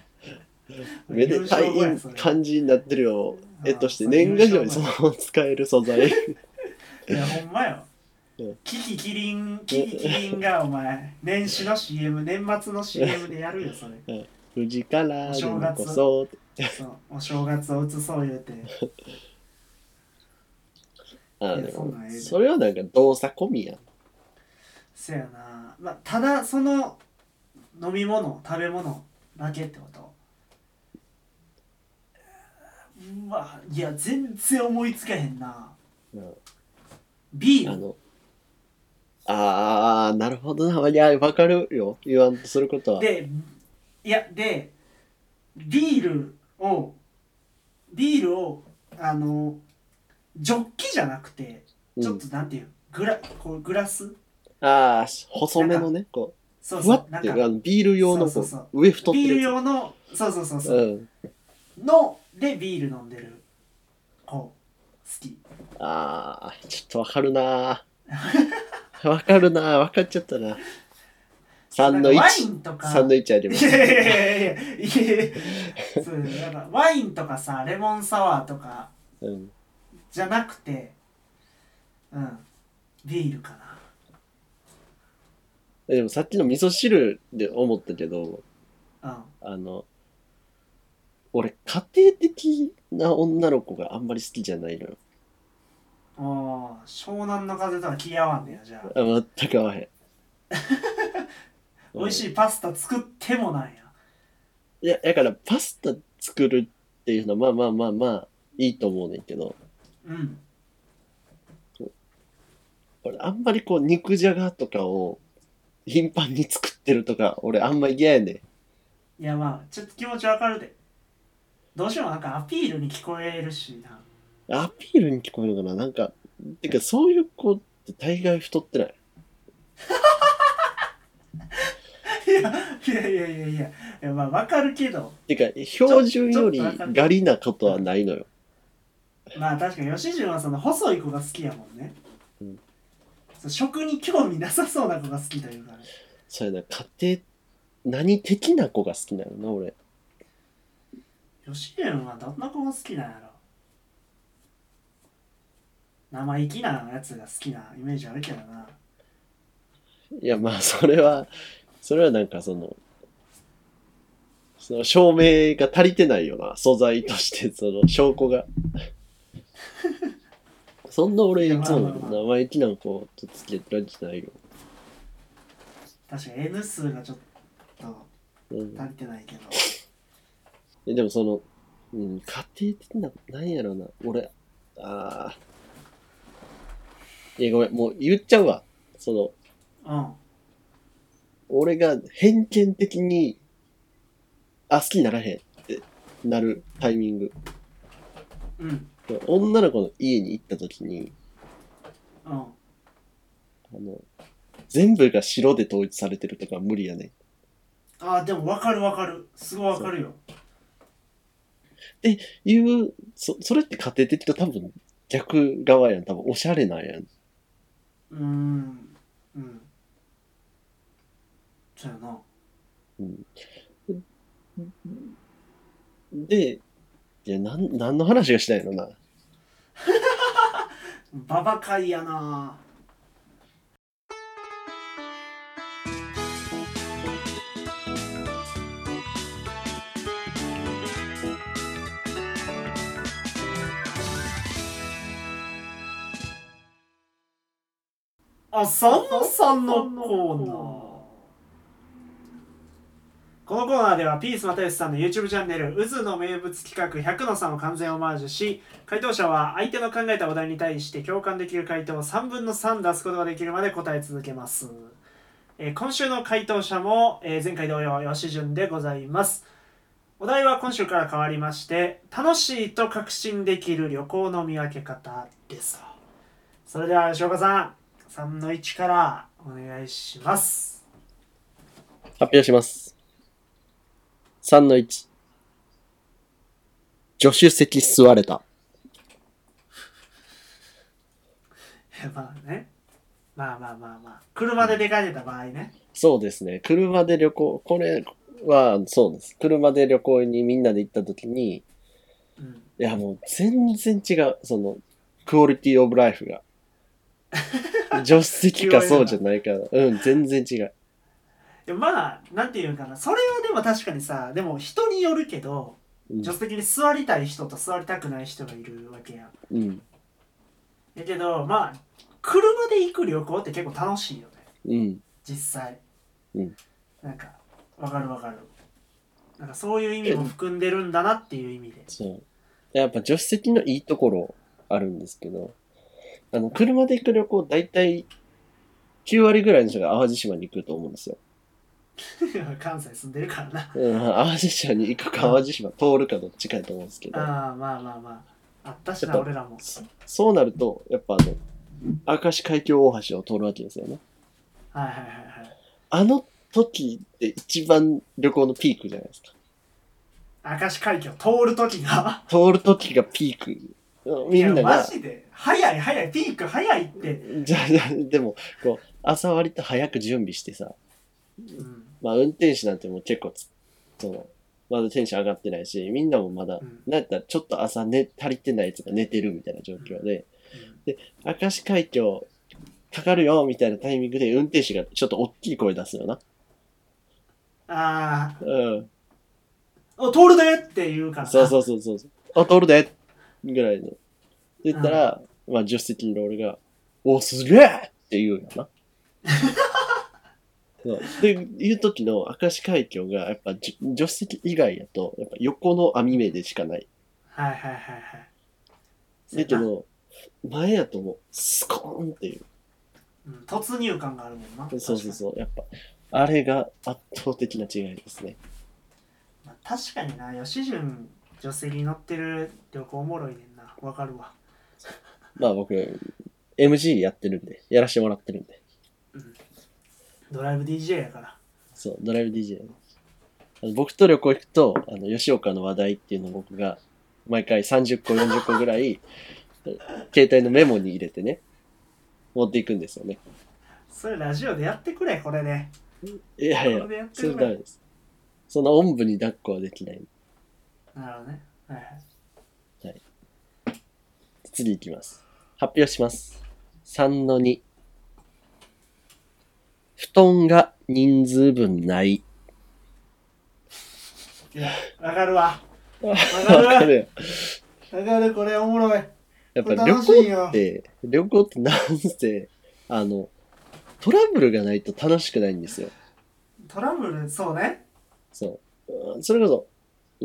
S2: めでたい
S1: 優勝後やそれ
S2: 感じになってるよ。絵として、
S1: あー
S2: 年賀状に
S1: そ
S2: そ
S1: れ
S2: のまま使える素 [LAUGHS] 材。
S1: いや、ほんまよ
S2: [LAUGHS] うん。
S1: キキキリン、キキキリンがお前、年始の CM、年末の CM でやるよ、それ。
S2: 富士からでもこそ、
S1: そう、お正月を移そう言うて。
S2: あ
S1: いや
S2: で
S1: そん
S2: も
S1: なんええで
S2: それはなんか動作込みやん
S1: せやな。まあ、ただ、その、飲み物、食べ物だけってこと。うわ、いや、全然思いつけへんな。
S2: うん
S1: ビ
S2: あ
S1: ール。
S2: のあーなるほどないやわかるよ言わんとすることは
S1: で、いや、で、ビールを、ビールを、あの、ジョッキじゃなくて、
S2: うん
S1: ちょっとなんていう、グラ、こうグラス
S2: ああ細めのねこ
S1: そうう
S2: ふ
S1: そ
S2: わ
S1: う、
S2: っ
S1: なん
S2: て
S1: か
S2: あ、のビール用の
S1: そ
S2: こ
S1: うそう
S2: う上太っ
S1: ビ
S2: て
S1: ール
S2: るや
S1: 用の、そうそうそう
S2: つ
S1: そうう、
S2: ん
S1: の、で、ビール飲んでる子、好き。
S2: あーちょっとわかるなーわかるなーわかっちゃったな3の
S1: なんかワイ
S2: 13
S1: ンとか、
S2: の1ありま
S1: い
S2: す
S1: やいやいやいやいやいやそうなんかワインとかさ、レモンサワーとか
S2: うん
S1: じゃなくて、うん、ビールかな。
S2: でもさっきの味噌汁で思ったけど
S1: うん、
S2: あの、俺、家庭的な女の子があんまり好きじゃないのよ。
S1: ああ、湘南の風とは気合わんねや、じゃあ。
S2: あ全く合わへん。
S1: [LAUGHS] 美味
S2: い。
S1: しいパスタ作ってもなんや。
S2: いや、だから、パスタ作るっていうのは、まあまあまあまあ、いいと思うねんけど、
S1: うん。
S2: 俺、あんまりこう、肉じゃがとかを、頻繁に作ってるとか、俺、あんま嫌やねん。
S1: いや、まあ、ちょっと気持ちわかるで。どうしようもなんかアピールに聞こえるしな。 [LAUGHS]
S2: アピールに聞こえるのかななんか、てか、そういう子って大概太ってない。
S1: いや、いやいやいやいや、いやまあ、わかるけど、
S2: てか、標準より
S1: ちょっとわかる
S2: ガリなことはないのよ。
S1: まあ、確かに吉純はその細い子が好きやもんね。
S2: うん
S1: そう食に興味なさそうな子が好きというから。
S2: そうやな家庭何的な子が好きなのな俺
S1: 吉純はどんな子が好きなんやろ生意気なやつが好きなイメージあるけどな。
S2: いやまあそれはそれはなんかその、その証明が足りてないよな、素材として、その証拠が。そんな俺いつも生意気な子と付き合ってるんじゃないよ。
S1: 確かに N 数がちょっと
S2: うん
S1: 足りてないけど
S2: えでもその、うん、家庭的な、なんやろな、俺、ああ。え、ごめん、もう言っちゃうわ。その、
S1: うん
S2: 俺が偏見的に、あ、好きにならへんってなるタイミング。
S1: うん
S2: 女の子の家に行った時に、
S1: うん
S2: あの、全部が白で統一されてるとか無理やね。
S1: ああでも分かる分かるすごい分かるよ
S2: いう、そ、それって家庭的と多分逆側やん。多分おしゃれなんやん。
S1: うーんうんそうやな
S2: で、いや、なん、何の話がしたいのな。
S1: ババカイやなあサンマさんのコーナーこのコーナーではピース又吉さんの YouTube チャンネル「渦の名物企画100の3」を完全オマージュし回答者は相手の考えたお題に対して共感できる回答を3分の3出すことができるまで答え続けます、えー今週の回答者も、えー前回同様吉順でございますお題は今週から変わりまして楽しいと確信できる旅行の見分け方ですそれでは吉岡さん3の1からお願いします [LAUGHS]
S2: 発表します。3の1。助手席座れた。
S1: いやまあねまあまあまあまあ車で出かけた場合ね
S2: そうですね。車で旅行、これはそうです。車で旅行にみんなで行った時に、い
S1: うん
S2: やもう全然違う。その、クオリティオブライフが。助手席かそうじゃないかな。うん、全然違う。
S1: でもまあなんていうんかなそれはでも確かにさでも人によるけど
S2: うん
S1: 助手席に座りたい人と座りたくない人がいるわけや
S2: うん。
S1: やけどまあ車で行く旅行って結構楽しいよね
S2: うん。
S1: 実際、
S2: うん
S1: なんかわかるわかるなんかそういう意味も含んでるんだなっていう意味で [LAUGHS]
S2: そう。やっぱ助手席のいいところあるんですけど、あの、車で行く旅行、だいたい9割ぐらいの人が淡路島に行くと思うんですよ。
S1: 関西住んでるからな
S2: うん、淡路島に行くか淡路島通るかどっちかやと思うんですけど、
S1: ああまあまあまああったし
S2: やっ
S1: な
S2: ぱ
S1: 俺らも
S2: そそうなると、やっぱあの、明石海峡大橋を通るわけですよね。
S1: はいはいはいはい
S2: あの時って一番旅行のピークじゃないですか。
S1: 明石海峡通る時が
S2: 通る時がピーク。 [LAUGHS] み
S1: い
S2: んな
S1: やマ
S2: が、
S1: ジで早い早いピーク早いって、
S2: じゃあじゃあでも、こう、朝割と早く準備してさ、
S1: うん
S2: まあ、運転手なんてもう結構つ、その、まだテンション上がってないし、みんなもまだ、
S1: うん
S2: なんやったらちょっと朝寝、足りてないやつが寝てるみたいな状況で、
S1: うん
S2: 明石海峡かかるよみたいなタイミングで運転手がちょっと大きい声出すよな。
S1: あ
S2: うん。
S1: あ、お通るでって言うからな。
S2: そうそうそうそう。あ、通るでぐらいの。って言ったら、まあ、助手席の俺が、お、すげえって言うよな。そうで、いう時の明石海峡が、やっぱ、じ助手席以外やと、やっぱ横の網目でしかない。
S1: はいはいはいはい。
S2: だけど、前やともう、スコーンっていう。
S1: うん、突入感があるもんな。
S2: そうそうそう。やっぱ、あれが圧倒的な違いですね。
S1: 確かに,、まあ、確かにな、吉純、助手席に乗ってる旅行おもろいねんな。わかるわ。
S2: まあ僕、MG やってるんで、やらせてもらってるんで。
S1: ドライブ DJ やから。
S2: そう、ドライブ DJ。あの僕と旅行行くと、あの、吉岡の話題っていうのを僕が、毎回30個、40個ぐらい、 [LAUGHS] 携帯のメモに入れてね、持っていくんですよね。
S1: それラジオでやってくれ、これで。
S2: いやいや
S1: これ、でやって
S2: それ
S1: く
S2: ダ
S1: れ
S2: メ。です。そんなおんぶに抱っこはできない。
S1: なるほどね。はいはい。
S2: 次いきます。発表します。3の2。布団が人数分 [LAUGHS] ない。
S1: いやわかるわ
S2: わ
S1: かる
S2: かるよ。
S1: わかるこれおもろい
S2: やっぱ
S1: これ
S2: 旅
S1: 楽しい
S2: 行
S1: よ
S2: って、旅行ってなんせ、あの、トラブルがないと楽しくないんですよ。
S1: トラブルそうね
S2: そううん。それこそ、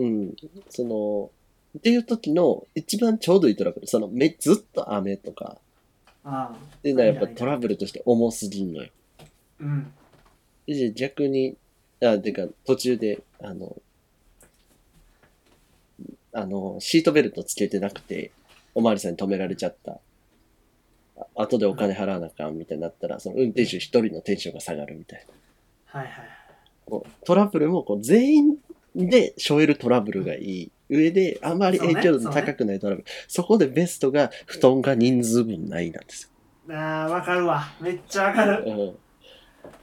S2: うん、その、っていう時の一番ちょうどいいトラブル。その、め、ずっと雨とか、
S1: ああ
S2: っていうのはやっ
S1: は
S2: ぱ
S1: いはい
S2: トラブルとして重すぎんのよ。
S1: うん
S2: で、逆に、あ、てか、途中で、あの、あの、シートベルトつけてなくて、おまわりさんに止められちゃった。あ後でお金払わなあかんみたいになったら、その運転手一人のテンションが下がるみたいな。
S1: はいはい
S2: こうトラブルもこう全員でしょえるトラブルがいい。上で、あまり影響度の高くないトラブル。そ,、こでベストが、布団が人数分ないなんです
S1: ああわかるわめっちゃわかる
S2: よ。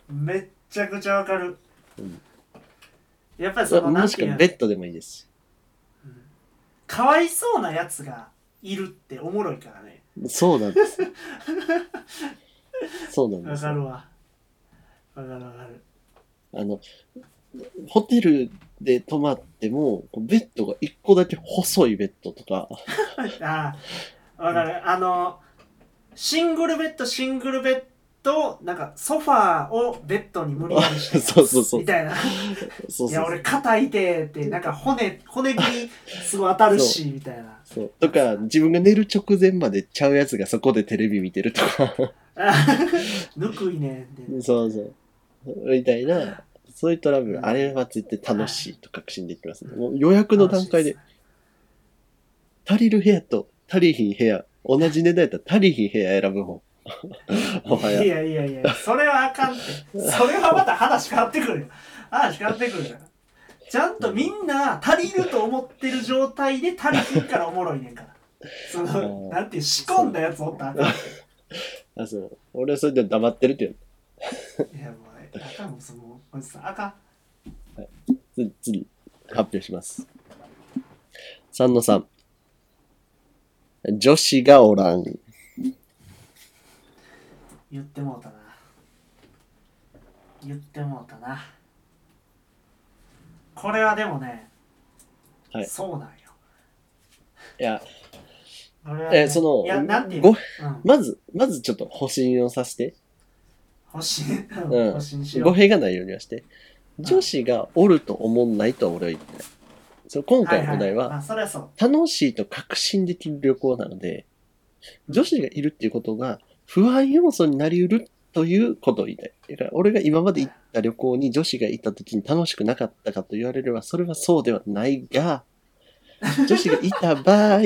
S1: めっちゃくちゃわかる、
S2: うん
S1: やっぱり
S2: う
S1: その
S2: ん。
S1: な
S2: も
S1: ん
S2: してく
S1: いう
S2: は
S1: の
S2: ベッドでもいいです
S1: うんかわいそうなやつがいるっておもろいからね
S2: し。そうな
S1: [LAUGHS]
S2: んです。そうなんで
S1: わ
S2: す
S1: か
S2: よ。
S1: るわわかるわかる
S2: あの、ホテルで泊まっても、こうベッドが一個だけ細いベッドとか、
S1: ああわかるあのシングルベッドシングルベッドなんかソファーをベッドに無理やりして
S2: [LAUGHS] そうそうそう
S1: みたいな
S2: そう
S1: い
S2: そ
S1: や
S2: う
S1: 俺肩痛えってなんか骨骨切りすごい当たるしみたいな
S2: そう。とか、自分が寝る直前までちゃうやつがそこでテレビ見てると
S1: [LAUGHS]
S2: か、
S1: あぬくいねんって
S2: そうそう。みたいな、そういうトラブル、あれは絶対楽しいと確信できますね。もう予約の段階で、足りる部屋と足りひん部屋、同じ値段やったら足りひん部屋選ぶ方。
S1: [LAUGHS]
S2: おはい
S1: や
S2: や。
S1: いやいやそれはあかんってそれはまた話変わってくるよ話変わってくるからちゃんとみんな足りると思ってる状態で足りひんからおもろいねんからその
S2: うん
S1: なんていう仕込んだやつおったらあかん
S2: あ、そう。俺はそれで黙ってるっていう
S1: いやもうえあかんもんそのおじさんあかん
S2: の。つ次、発表します。三野さん。女子がおらん。
S1: 言ってもうたな言ってもうたなこれはでもね、
S2: はい
S1: そうなんよ
S2: いや、
S1: これはね
S2: え、その、
S1: いやなんていう
S2: ご
S1: の、うん、
S2: まず、まずちょっと保身をさせて、
S1: 星、
S2: うん
S1: 星にしよ
S2: 語
S1: う
S2: 弊がないようにはして、女子がおると思んないとは俺は言ってない。その今回のお題
S1: いい
S2: は、
S1: まあ、それはそう
S2: 楽しいと確信できる旅行なので、女子がいるっていうことが不安要素になりうるということを言いたい。だから俺が今まで行った旅行に女子が行った時に楽しくなかったかと言われれば、それはそうではない
S1: [LAUGHS]
S2: が、女子がいた場合、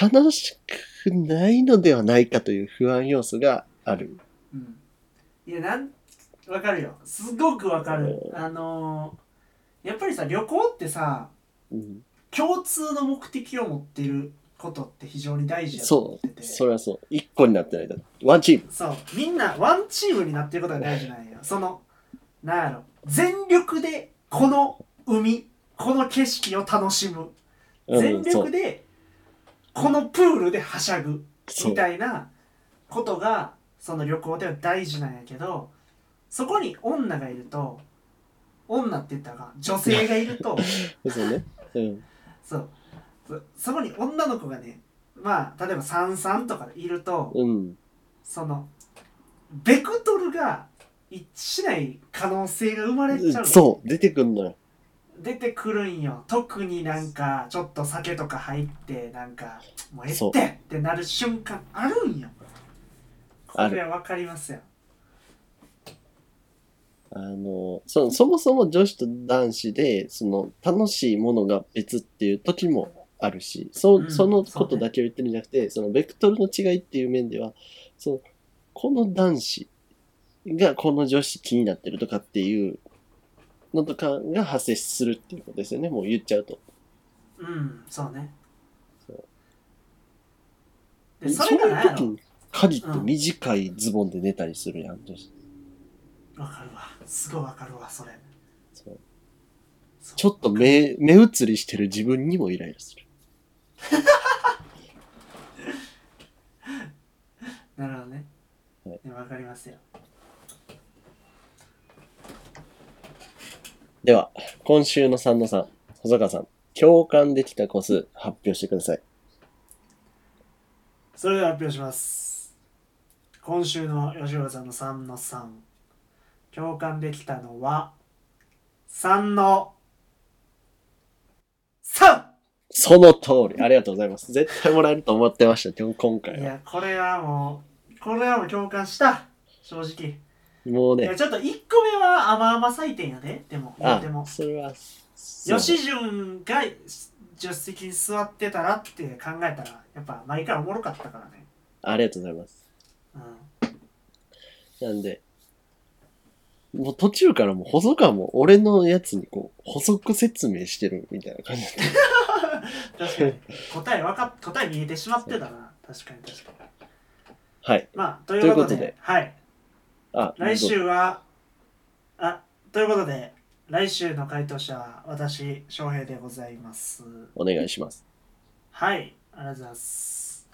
S2: 楽しくないのではないかという不安要素がある。
S1: うんいやなんわかるよすごくわかるあのー、やっぱりさ旅行ってさ
S2: うん、
S1: 共通の目的を持ってることって非常に大事だと思
S2: そ
S1: って
S2: う。
S1: て
S2: それはそう。一個になってないだ。ワンチーム。
S1: そうみんなワンチームになってることが大事なんよそのなんやろ全力でこの海この景色を楽しむ
S2: う
S1: 全
S2: ん、そ
S1: 力
S2: う。
S1: でこのプールではしゃぐ
S2: そ
S1: み
S2: う。
S1: たいなことがその旅行では大事なんやけどそこに女がいると女って言ったらあかん女性がいる
S2: [LAUGHS]
S1: と
S2: そうね。うん。
S1: そうそそこに女の子がねまあ例えば三三とかでいると、
S2: うん。
S1: そのベクトルが一致しない可能性が生まれちゃう
S2: そう。出てくんのよ。
S1: 出てくるんよ特になんかちょっと酒とか入ってなんかもうええってってなる瞬間あるんよこ
S2: ある
S1: れはわかりますよ
S2: あの、そそもそも女子と男子で、その、楽しいものが別っていう時もあるし、そ,、
S1: うん
S2: そのことだけを言ってるんじゃなくて、その、ベクトルの違いっていう面では、その、この男子がこの女子気になってるとかっていうのとかが発生するっていうことですよね、もう言っちゃうと。
S1: うんそうね
S2: そう
S1: でそれが何や
S2: そ
S1: ろ
S2: ういう時に限って短いズボンで寝たりするやん、女子。
S1: わかるわすごいわかるわそれ
S2: そう
S1: そう
S2: ちょっと目、目移りしてる自分にもイライラする。
S1: なるほどね
S2: はい
S1: でわかりますよ
S2: では、今週の三野さん、細川さん、共感できた個数発表してください。
S1: それでは発表します今週の吉岡さんの3の3共感できたのは3の 3!
S2: その通り、ありがとうございます。絶対もらえると思ってました、今日今回
S1: い
S2: は。
S1: やこれはもうこれはもう共感した正直
S2: もう
S1: いや
S2: ね、
S1: ちょっと1個目は甘々採点やででも言う
S2: あ
S1: て、も
S2: それは、そう
S1: 吉潤が助手席に座ってたらって考えたらやっぱ毎回おもろかったからね
S2: ありがとうございます。
S1: うん
S2: なんで、もう途中からもう細川も俺のやつにこう、補足説明してるみたいな感じだった。
S1: 確かに答えわかっ答え見えてしまってた
S2: [LAUGHS]
S1: な確かに確かに
S2: はい。
S1: まあということで
S2: ということで
S1: はい
S2: あ、
S1: 来
S2: どうぞ
S1: 週はあということで来週の回答者は私翔平でございます
S2: お願いします。
S1: はいありがとうございます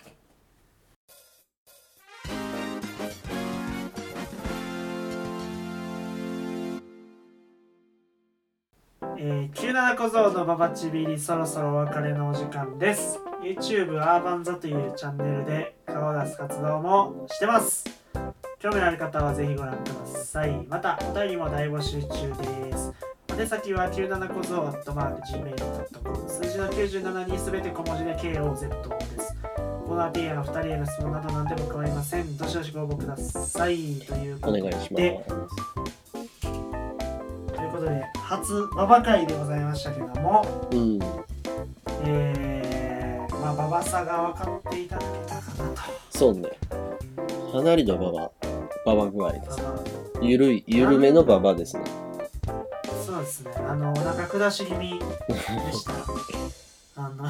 S1: えー、97小僧のババチビリそろそろお別れのお時間です YouTube アーバンザというチャンネルで顔を出す活動もしてます興味のある方はぜひご覧くださいまたお便りも大募集中です宛先は97小僧 at mark gmail.com 数字の97にすべて小文字で KOZ ですコーナー P やの2人への質問など何でも構いませんどしどしご応募くださいというこ
S2: お
S1: と
S2: 願
S1: で
S2: いします。
S1: ということで初ババ会でございましたけども
S2: うん。
S1: えー、まあ馬場さが分かっていただけたかなと
S2: そうね。かなりのババ、ババ具合で。
S1: ますあ
S2: ゆるい、ゆるめのババですね。
S1: そうですねあのお腹下し気味でしたあの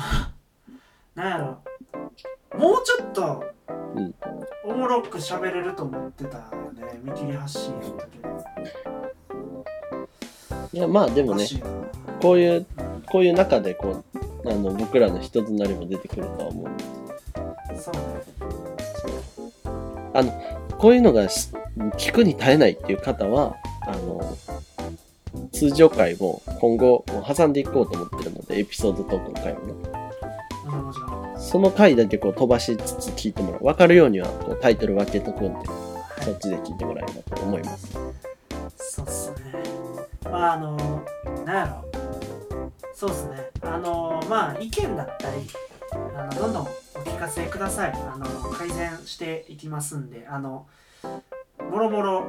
S1: なんやろもうちょっと、
S2: うん
S1: おもろく喋れると思ってたよね見切り発信の時
S2: いや、まあでもね、こういう、こういう中でこう、あの、僕らの人となりも出てくるとは思う。
S1: そうね
S2: こういうのがし聞くに耐えないっていう方は、あの、通常回も今後もう挟んでいこうと思ってるので、エピソードトークの回もね。
S1: もちろんもちろん
S2: その回だけこう飛ばしつつ聞いてもらう。わかるようにはこうタイトル分けとくんで、そっちで聞いてもらえればと思います。
S1: そうっすね。まああの、なんやろ。そうっすね。あの、まあ意見だったり、あのどんどんお聞かせください。あの改善していきますんで、あの、もろもろ、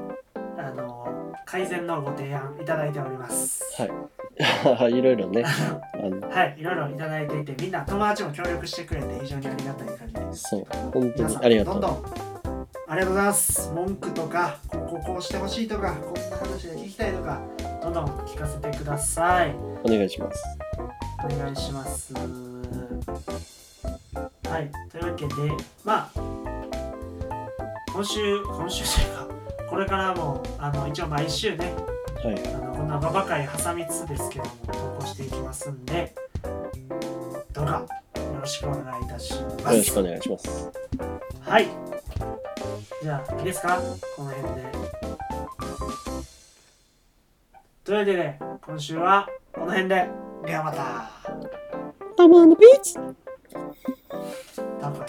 S1: あの、改善のご提案いただいております。
S2: はい。 [LAUGHS] いろいろ
S1: [LAUGHS]
S2: ね、あの、
S1: はい、いろいろいただいていて、みんな友達も協力してくれて非常にありがたい限りです。
S2: そう、本当
S1: 皆
S2: に
S1: さん
S2: ありがと
S1: どんど
S2: う。
S1: んありがとうございます文句とかこここうしてほしいとかこんな話が聞きたいとかどんどん聞かせてください
S2: お願いします。
S1: お願いしますはいというわけでまあ今週今週というかこれからもあの一応毎週ね
S2: はい。
S1: あのこんなババ会挟みつつですけども投稿していきますんでどうかよろしくお願いいたしま
S2: よ
S1: す
S2: ろしくお願いします。
S1: はい。じゃあ、いいですかこの辺で。というわけで、今週はこの辺で。ではまた。
S2: I'm on the beach!
S1: 多分